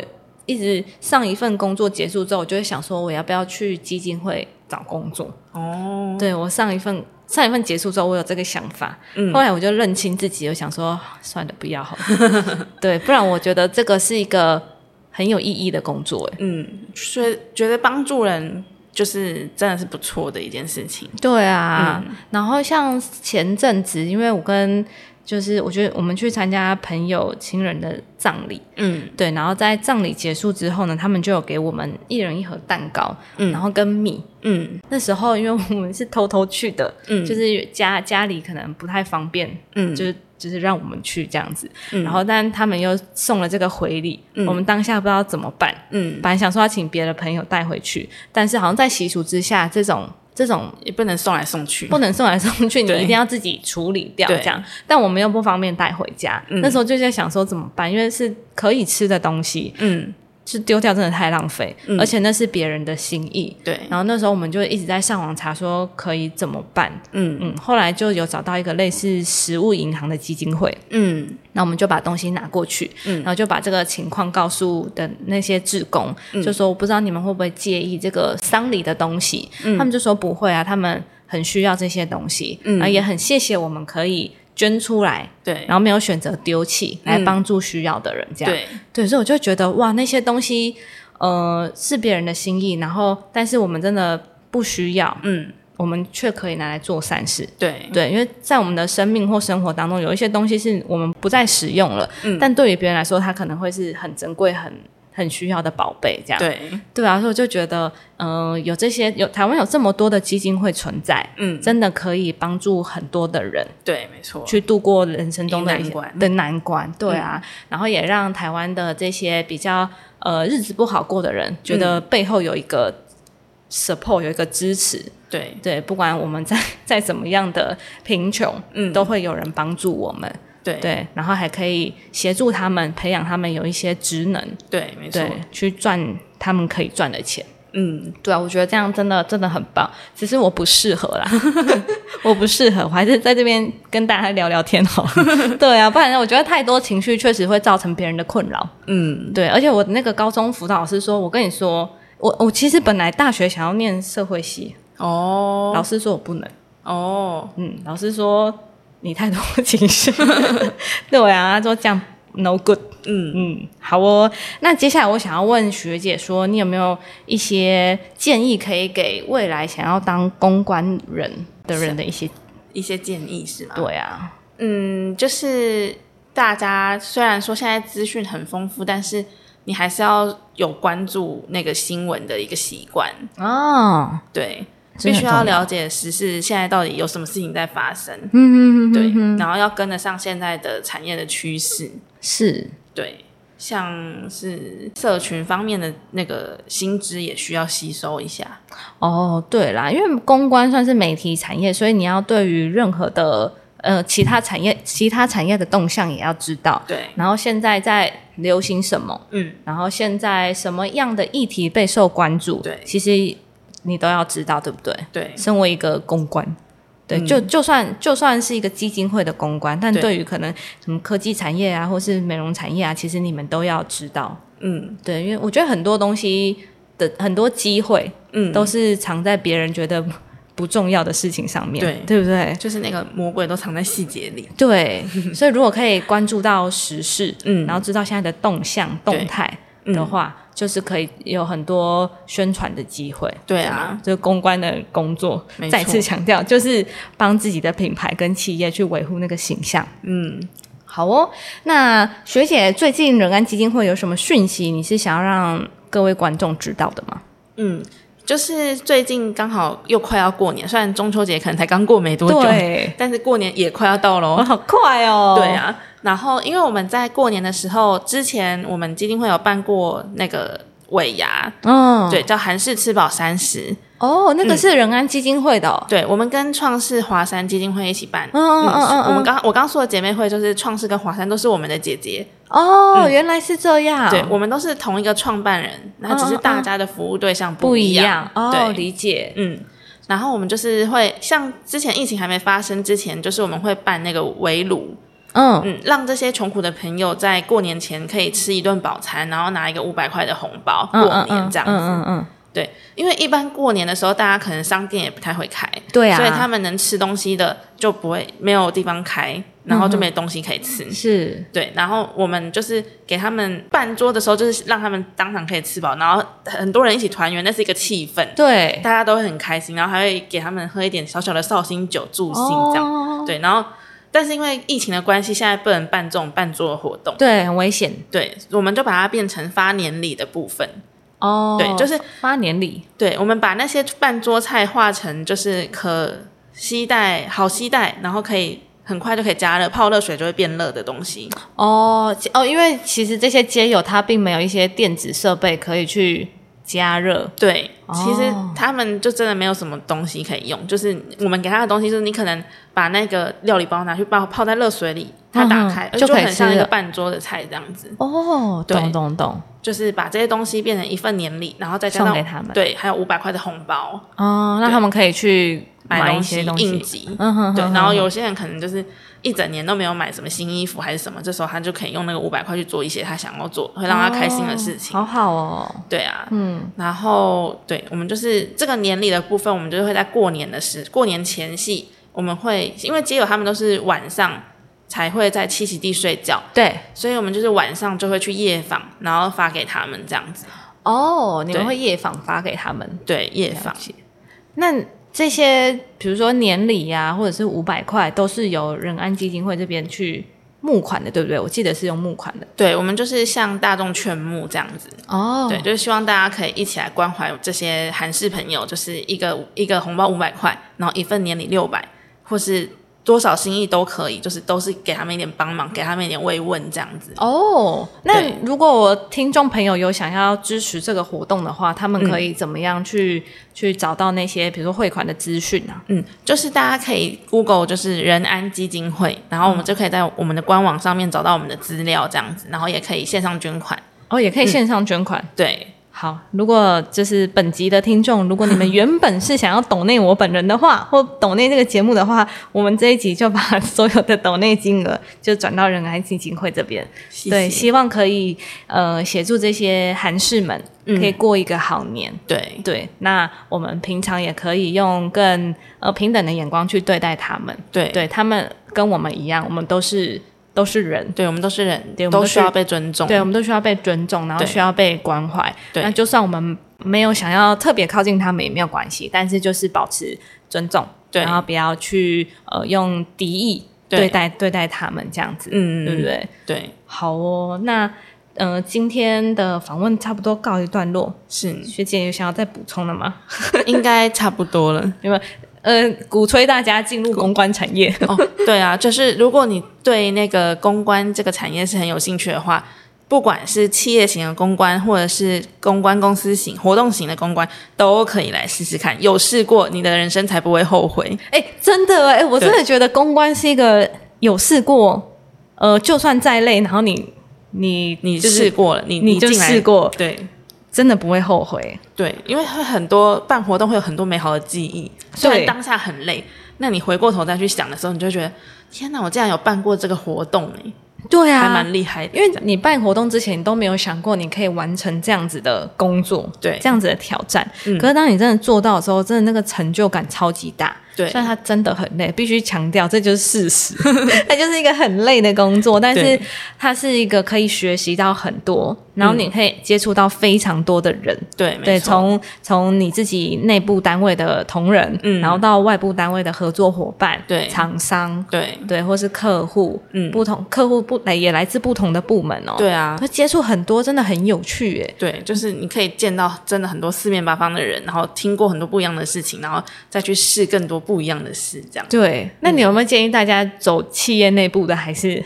Speaker 2: 一直上一份工作结束之后，我就会想说，我要不要去基金会找工作？
Speaker 3: 哦，
Speaker 2: 对我上一份上一份结束之后，我有这个想法，
Speaker 3: 嗯
Speaker 2: 后来我就认清自己，我想说 算了，不要好了， 对，不然我觉得这个是一个很有意义的工作，哎，
Speaker 3: 嗯，所以觉得帮助人就是真的是不错的一件事情。
Speaker 2: 对啊，
Speaker 3: 嗯
Speaker 2: 然后像前阵子，因为我跟就是我觉得我们去参加朋友亲人的葬礼，
Speaker 3: 嗯
Speaker 2: 对，然后在葬礼结束之后呢，他们就有给我们一人一盒蛋糕，
Speaker 3: 嗯
Speaker 2: 然后跟米。
Speaker 3: 嗯
Speaker 2: 那时候因为我们是偷偷去的，
Speaker 3: 嗯，
Speaker 2: 就是家家里可能不太方便，
Speaker 3: 嗯
Speaker 2: 就是就是让我们去这样子。
Speaker 3: 嗯
Speaker 2: 然后，但他们又送了这个回礼，
Speaker 3: 嗯
Speaker 2: 我们当下不知道怎么办，
Speaker 3: 嗯
Speaker 2: 本来想说要请别的朋友带回去，但是好像在习俗之下，这种这种
Speaker 3: 也不能送来送去。
Speaker 2: 不能送来送去，你
Speaker 3: 对
Speaker 2: 一定要自己处理掉
Speaker 3: 对
Speaker 2: 这样。但我们又不方便带回家，
Speaker 3: 嗯
Speaker 2: 那时候就在想说怎么办，因为是可以吃的东西，
Speaker 3: 嗯，
Speaker 2: 是丢掉真的太浪费，
Speaker 3: 嗯
Speaker 2: 而且那是别人的心意。
Speaker 3: 对，
Speaker 2: 然后那时候我们就一直在上网查说可以怎么办，
Speaker 3: 嗯
Speaker 2: 嗯，后来就有找到一个类似食物银行的基金会，
Speaker 3: 嗯
Speaker 2: 那我们就把东西拿过去，
Speaker 3: 嗯
Speaker 2: 然后就把这个情况告诉的那些志工，
Speaker 3: 嗯
Speaker 2: 就说我不知道你们会不会介意这个丧礼的东西，他们就说不会啊，他们很需要这些东西，
Speaker 3: 嗯
Speaker 2: 然后也很谢谢我们可以捐出来，
Speaker 3: 对，
Speaker 2: 然后没有选择丢弃来
Speaker 3: 嗯
Speaker 2: 帮助需要的人，这样、
Speaker 3: 对，
Speaker 2: 对，所以我就觉得哇，那些东西呃是别人的心意，然后但是我们真的不需要，
Speaker 3: 嗯
Speaker 2: 我们却可以拿来做善事，
Speaker 3: 对，
Speaker 2: 对，因为在我们的生命或生活当中，有一些东西是我们不再使用了，
Speaker 3: 嗯
Speaker 2: 但对于别人来说，它可能会是很珍贵、很很需要的宝贝，这样。
Speaker 3: 对，
Speaker 2: 对啊，所以我就觉得，嗯、有这些有台湾有这么多的基金会存在，
Speaker 3: 嗯
Speaker 2: 真的可以帮助很多的人
Speaker 3: 对，没错，
Speaker 2: 去度过人生中的
Speaker 3: 一
Speaker 2: 一
Speaker 3: 难
Speaker 2: 些
Speaker 3: 关嗯
Speaker 2: 的难关，对啊，然后也让台湾的这些比较呃日子不好过的人，
Speaker 3: 嗯
Speaker 2: 觉得背后有一个 support，有一个支持，
Speaker 3: 对，
Speaker 2: 对，不管我们在 在怎么样的贫穷，
Speaker 3: 嗯
Speaker 2: 都会有人帮助我们，
Speaker 3: 对
Speaker 2: 对，然后还可以协助他们培养他们有一些职能，
Speaker 3: 对，没错，
Speaker 2: 对，去赚他们可以赚的钱。
Speaker 3: 嗯
Speaker 2: 对啊，我觉得这样真的真的很棒，只是我不适合啦， 我不适合，我还是在这边跟大家聊聊天好了。 对啊，不然我觉得太多情绪确实会造成别人的困扰。
Speaker 3: 嗯
Speaker 2: 对，而且我那个高中辅导老师说，我跟你说，我我其实本来大学想要念社会系，老
Speaker 3: 哦
Speaker 2: 师说我不能。
Speaker 3: 哦，
Speaker 2: 嗯，老师说你太多情绪，对啊，他说这样 no good。
Speaker 3: 嗯
Speaker 2: 嗯，好哦。那接下来我想要问学姐说，你有没有一些建议可以给未来想要当公关人的人的一些？
Speaker 3: 一些建议是吗？
Speaker 2: 对啊，
Speaker 3: 嗯，就是大家虽然说现在资讯很丰富，但是你还是要有关注那个新闻的一个习惯，
Speaker 2: 哦，
Speaker 3: 对，
Speaker 2: 这
Speaker 3: 必
Speaker 2: 很
Speaker 3: 须
Speaker 2: 重
Speaker 3: 要
Speaker 2: 要
Speaker 3: 了解时事现在到底有什么事情在发生，
Speaker 2: 嗯，
Speaker 3: 对，然后要跟得上现在的产业的趋势，
Speaker 2: 是，
Speaker 3: 对，像是社群方面的那个薪资也需要吸收一下，
Speaker 2: 哦，对啦，因为公关算是媒体产业，所以你要对于任何的呃其他产业、其他产业的动向也要知道。
Speaker 3: 对，
Speaker 2: 然后现在在流行什么？
Speaker 3: 嗯，
Speaker 2: 然后现在什么样的议题备受关注？
Speaker 3: 对
Speaker 2: 其实你都要知道，对不对？
Speaker 3: 对，嗯
Speaker 2: 身为一个公关，对，就就算就算是一个基金会的公关，但
Speaker 3: 对
Speaker 2: 对于可能什么科技产业啊，或是美容产业啊，其实你们都要知道。
Speaker 3: 嗯
Speaker 2: 对，因为我觉得很多东西的很多机会
Speaker 3: 嗯，
Speaker 2: 都是藏在别人觉得不重要的事情上面，
Speaker 3: 对
Speaker 2: 对不对？
Speaker 3: 就是那个魔鬼都藏在细节里，
Speaker 2: 对，所以如果可以关注到时事，
Speaker 3: 嗯
Speaker 2: 然后知道现在的动向、动态的
Speaker 3: 嗯
Speaker 2: 话，就是可以有很多宣传的机会。
Speaker 3: 对啊，
Speaker 2: 就是公关的工作
Speaker 3: 没，错
Speaker 2: 再次强调，就是帮自己的品牌跟企业去维护那个形象。
Speaker 3: 嗯，
Speaker 2: 好哦，那学姐最近仁安基金会有什么讯息？你是想要让各位观众知道的吗？
Speaker 3: 嗯，就是最近刚好又快要过年，虽然中秋节可能才刚过没多久，
Speaker 2: 对
Speaker 3: 但是过年也快要到
Speaker 2: 哦，
Speaker 3: 喽。
Speaker 2: 好快哦！
Speaker 3: 对，啊，然后因为我们在过年的时候，之前我们基金会有办过那个尾牙，
Speaker 2: 嗯，
Speaker 3: 对，嗯叫韩式吃饱三十，
Speaker 2: 哦，那个是仁安基金会的哦，
Speaker 3: 对，我们跟创世华山基金会一起办。
Speaker 2: 嗯嗯嗯嗯
Speaker 3: 我们刚我刚说的姐妹会就是创世跟华山都是我们的姐姐，
Speaker 2: 哦，原来是这样，
Speaker 3: 嗯对我们都是同一个创办人，然后只是
Speaker 2: 嗯嗯
Speaker 3: 大家的服务对象
Speaker 2: 不
Speaker 3: 一
Speaker 2: 一样哦，
Speaker 3: 对，
Speaker 2: 理解，
Speaker 3: 嗯，然后我们就是会像之前疫情还没发生之前，就是我们会办那个围炉，
Speaker 2: 嗯，
Speaker 3: 嗯，让这些穷苦的朋友在过年前可以吃一顿饱餐，然后拿一个五百块的红包过年这样子。
Speaker 2: 嗯嗯嗯，
Speaker 3: 对，因为一般过年的时候，大家可能商店也不太会开，
Speaker 2: 对啊
Speaker 3: 所以他们能吃东西的就不会没有地方开，然后就没东西可以吃。
Speaker 2: 嗯是
Speaker 3: 对，然后我们就是给他们办桌的时候，就是让他们当场可以吃饱，然后很多人一起团圆，那是一个气氛，
Speaker 2: 对，
Speaker 3: 大家都会很开心，然后还会给他们喝一点小小的绍兴酒助兴这样。
Speaker 2: 哦，
Speaker 3: 对，然后但是因为疫情的关系，现在不能办这种办桌的活动，
Speaker 2: 对，很危险
Speaker 3: 对，我们就把它变成发年礼的部分。
Speaker 2: 哦。
Speaker 3: 对就是
Speaker 2: 发年礼，
Speaker 3: 对，我们把那些办桌菜化成就是可携带、好携带，然后可以很快就可以加热，泡热水就会变热的东西。
Speaker 2: 哦其哦，因为其实这些街友他并没有一些电子设备可以去加热，
Speaker 3: 对，
Speaker 2: 哦
Speaker 3: 其实他们就真的没有什么东西可以用，就是我们给他的东西，就是你可能把那个料理包拿去泡泡在热水里，它打开、
Speaker 2: 嗯
Speaker 3: 呃
Speaker 2: 就
Speaker 3: 就
Speaker 2: 可以
Speaker 3: 很像
Speaker 2: 吃
Speaker 3: 一个
Speaker 2: 了
Speaker 3: 半桌的菜这样子，
Speaker 2: 哦，
Speaker 3: 对
Speaker 2: 懂懂懂，
Speaker 3: 就是把这些东西变成一份年礼，然后再加
Speaker 2: 送
Speaker 3: 上
Speaker 2: 给他们
Speaker 3: 对，还有五百块的红包，
Speaker 2: 哦，那他们可以去
Speaker 3: 买
Speaker 2: 一
Speaker 3: 东
Speaker 2: 些
Speaker 3: 西
Speaker 2: 东
Speaker 3: 应
Speaker 2: 西，
Speaker 3: 急。
Speaker 2: 嗯哼
Speaker 3: 对，
Speaker 2: 哼
Speaker 3: 然后
Speaker 2: 哼
Speaker 3: 有些人可能就是一整年都没有买什么新衣服还是什么，这时候他就可以用那个五百块去做一些他想要做会让他开心的事情。
Speaker 2: 好好哦，
Speaker 3: 对啊，
Speaker 2: 嗯，
Speaker 3: 然后对我们就是这个年历的部分，我们就是会在过年的时过年前夕，我们会因为街友他们都是晚上才会在栖息地睡觉，
Speaker 2: 对，
Speaker 3: 所以我们就是晚上就会去夜访，然后发给他们这样子。
Speaker 2: 哦，你们
Speaker 3: 对
Speaker 2: 会夜访发给他们，
Speaker 3: 对，夜访
Speaker 2: 那这些比如说年礼呀、或者是五百块，都是由仁安基金会这边去募款的，对不对？我记得是用募款的。
Speaker 3: 对，我们就是向大众劝募这样子。
Speaker 2: 哦
Speaker 3: 对，就是希望大家可以一起来关怀这些韩式朋友，就是一个一个红包五百块，然后一份年礼六百，或是多少心意都可以，就是都是给他们一点帮忙，给他们一点慰问这样子。
Speaker 2: 哦，
Speaker 3: 对
Speaker 2: 那如果我听众朋友有想要支持这个活动的话，他们可以怎么样去、去找到那些比如说汇款的资讯啊？
Speaker 3: 嗯，就是大家可以 Google 就是仁安基金会，然后我们
Speaker 2: 嗯
Speaker 3: 就可以在我们的官网上面找到我们的资料这样子，然后也可以线上捐款。
Speaker 2: 哦，也可以线上捐款。
Speaker 3: 对，
Speaker 2: 好，如果就是本集的听众，如果你们原本是想要抖内我本人的话，或抖内这个节目的话，我们这一集就把所有的抖内金额就转到仁爱基金会这边。
Speaker 3: 谢
Speaker 2: 对，
Speaker 3: 谢
Speaker 2: 希望可以呃协助这些韩士们
Speaker 3: 嗯
Speaker 2: 可以过一个好年。
Speaker 3: 对
Speaker 2: 对，那我们平常也可以用更呃平等的眼光去对待他们，
Speaker 3: 对
Speaker 2: 对他们跟我们一样，我们都是都是人，
Speaker 3: 对，我们都是人，
Speaker 2: 对我们
Speaker 3: 都
Speaker 2: 都
Speaker 3: 需要
Speaker 2: 是
Speaker 3: 被尊重。
Speaker 2: 对，我们都需要被尊重，然后
Speaker 3: 对
Speaker 2: 需要被关怀。
Speaker 3: 对
Speaker 2: 那就算我们没有想要特别靠近他们也没有关系，但是就是保持尊重，
Speaker 3: 对
Speaker 2: 然后不要去呃用敌意
Speaker 3: 对
Speaker 2: 对待对待他们这样子，
Speaker 3: 嗯
Speaker 2: 对不对？
Speaker 3: 对，
Speaker 2: 好哦，那呃今天的访问差不多告一段落，
Speaker 3: 是
Speaker 2: 学姐有想要再补充的吗？
Speaker 3: 应该差不多了。
Speaker 2: 有没有？呃，鼓吹大家进入公关产业，
Speaker 3: 哦，对啊，就是如果你对那个公关这个产业是很有兴趣的话，不管是企业型的公关，或者是公关公司型、活动型的公关，都可以来试试看。有试过，你的人生才不会后悔。
Speaker 2: 哎、真的哎、我真的
Speaker 3: 对
Speaker 2: 觉得公关是一个有试过，呃，就算再累，然后你你
Speaker 3: 你
Speaker 2: 就是
Speaker 3: 试过了，你
Speaker 2: 你就
Speaker 3: 进来
Speaker 2: 试，过，
Speaker 3: 对
Speaker 2: 真的不会后悔。
Speaker 3: 对，因为会很多办活动会有很多美好的记忆，虽然
Speaker 2: 对
Speaker 3: 当下很累，那你回过头再去想的时候，你就觉得天哪，我竟然有办过这个活动哎、
Speaker 2: 对
Speaker 3: 还
Speaker 2: 啊
Speaker 3: 蛮，厉害的，
Speaker 2: 因为你办活动之前，你都没有想过你可以完成这样子的工作，
Speaker 3: 对
Speaker 2: 这样子的挑战。
Speaker 3: 嗯
Speaker 2: 可是当你真的做到的时候，真的那个成就感超级大。
Speaker 3: 对
Speaker 2: 虽然它真的很累，必须强调这就是事实， 它就是一个很累的工作，但是
Speaker 3: 对
Speaker 2: 它是一个可以学习到很多，然后你可以接触到非常多的人。
Speaker 3: 对
Speaker 2: 对，
Speaker 3: 嗯没错
Speaker 2: 从从你自己内部单位的同仁，
Speaker 3: 嗯
Speaker 2: 然后到外部单位的合作伙伴、
Speaker 3: 对
Speaker 2: 厂商，
Speaker 3: 对
Speaker 2: 对，或是客户，
Speaker 3: 嗯
Speaker 2: 不同客户不来也来自不同的部门哦。
Speaker 3: 对啊，
Speaker 2: 会接触很多，真的很有趣耶。
Speaker 3: 对，就是你可以见到真的很多四面八方的人，然后听过很多不一样的事情，然后再去试更多不一样的事，这样。
Speaker 2: 对，那你有没有建议大家走企业内部的，还是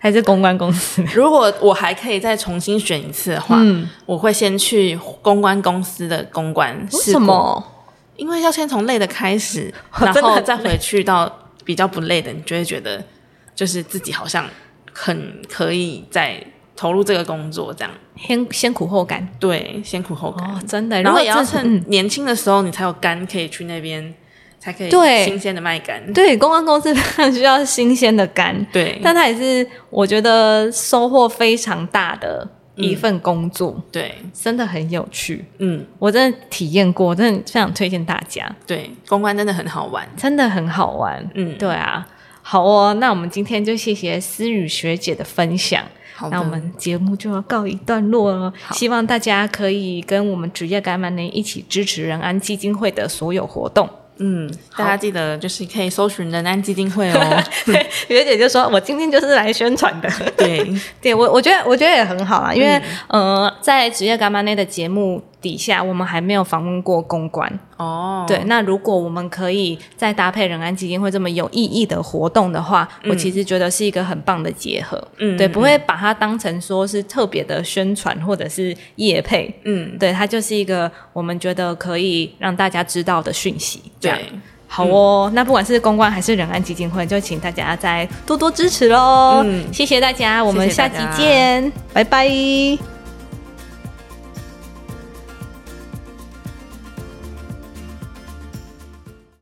Speaker 2: 还是公关公 司？
Speaker 3: 如果我还可以再重新选一次的话，
Speaker 2: 嗯
Speaker 3: 我会先去公关公司的公关试
Speaker 2: 什
Speaker 3: 过，
Speaker 2: 么？
Speaker 3: 因为要先从累的开始，
Speaker 2: 我
Speaker 3: 然
Speaker 2: 真的
Speaker 3: 后
Speaker 2: 很
Speaker 3: 再回去到比较不累的，你就会觉得就是自己好像很可以再投入这个工作，这样
Speaker 2: 先先苦后甘
Speaker 3: 对，先苦后甘。
Speaker 2: 哦，真的。
Speaker 3: 然
Speaker 2: 如
Speaker 3: 后
Speaker 2: 果
Speaker 3: 也要
Speaker 2: 这
Speaker 3: 趁年轻的时候，你才有肝可以去那边，才才可以
Speaker 2: 对
Speaker 3: 新鲜的麦秆。
Speaker 2: 对，公关公司非常需要新鲜的干，
Speaker 3: 对
Speaker 2: 但它也是我觉得收获非常大的一份工作，
Speaker 3: 对，
Speaker 2: 真的很有趣。
Speaker 3: 嗯，
Speaker 2: 我真的体验过，真的非常推荐大家，
Speaker 3: 对，公关真的很好玩。
Speaker 2: 真的很好玩。
Speaker 3: 嗯，
Speaker 2: 对啊，好哦，那我们今天就谢谢思雨学姐的分享。
Speaker 3: 好的，
Speaker 2: 那我们节目就要告一段落了，希望大家可以跟我们职业橄榄林一起支持仁安基金会的所有活 动。
Speaker 3: 嗯，大家记得就是可以搜寻仁安基金会 哦。
Speaker 2: 学姐就说：“我今天就是来宣传 的。
Speaker 3: 对，
Speaker 2: 对”我我觉得我觉得也很
Speaker 3: 嗯
Speaker 2: 好啦，因为、呃，在职业干妈内的节目底下，我们还没有访问过公关。
Speaker 3: 哦，
Speaker 2: 对，那如果我们可以再搭配仁安基金会这么有意义的活动的话，我其实觉得是一个很棒的结合。
Speaker 3: 嗯
Speaker 2: 对，
Speaker 3: 嗯
Speaker 2: 不会把它当成说是特别的宣传或者是业配。
Speaker 3: 嗯，
Speaker 2: 对，它就是一个我们觉得可以让大家知道的讯息。这样
Speaker 3: 对，
Speaker 2: 好哦，那不管是公关还是仁安基金会，就请大家再多多支持喽。
Speaker 3: 嗯
Speaker 2: 谢谢大家，我们
Speaker 3: 谢谢大
Speaker 2: 下集
Speaker 3: 家
Speaker 2: 见，拜拜。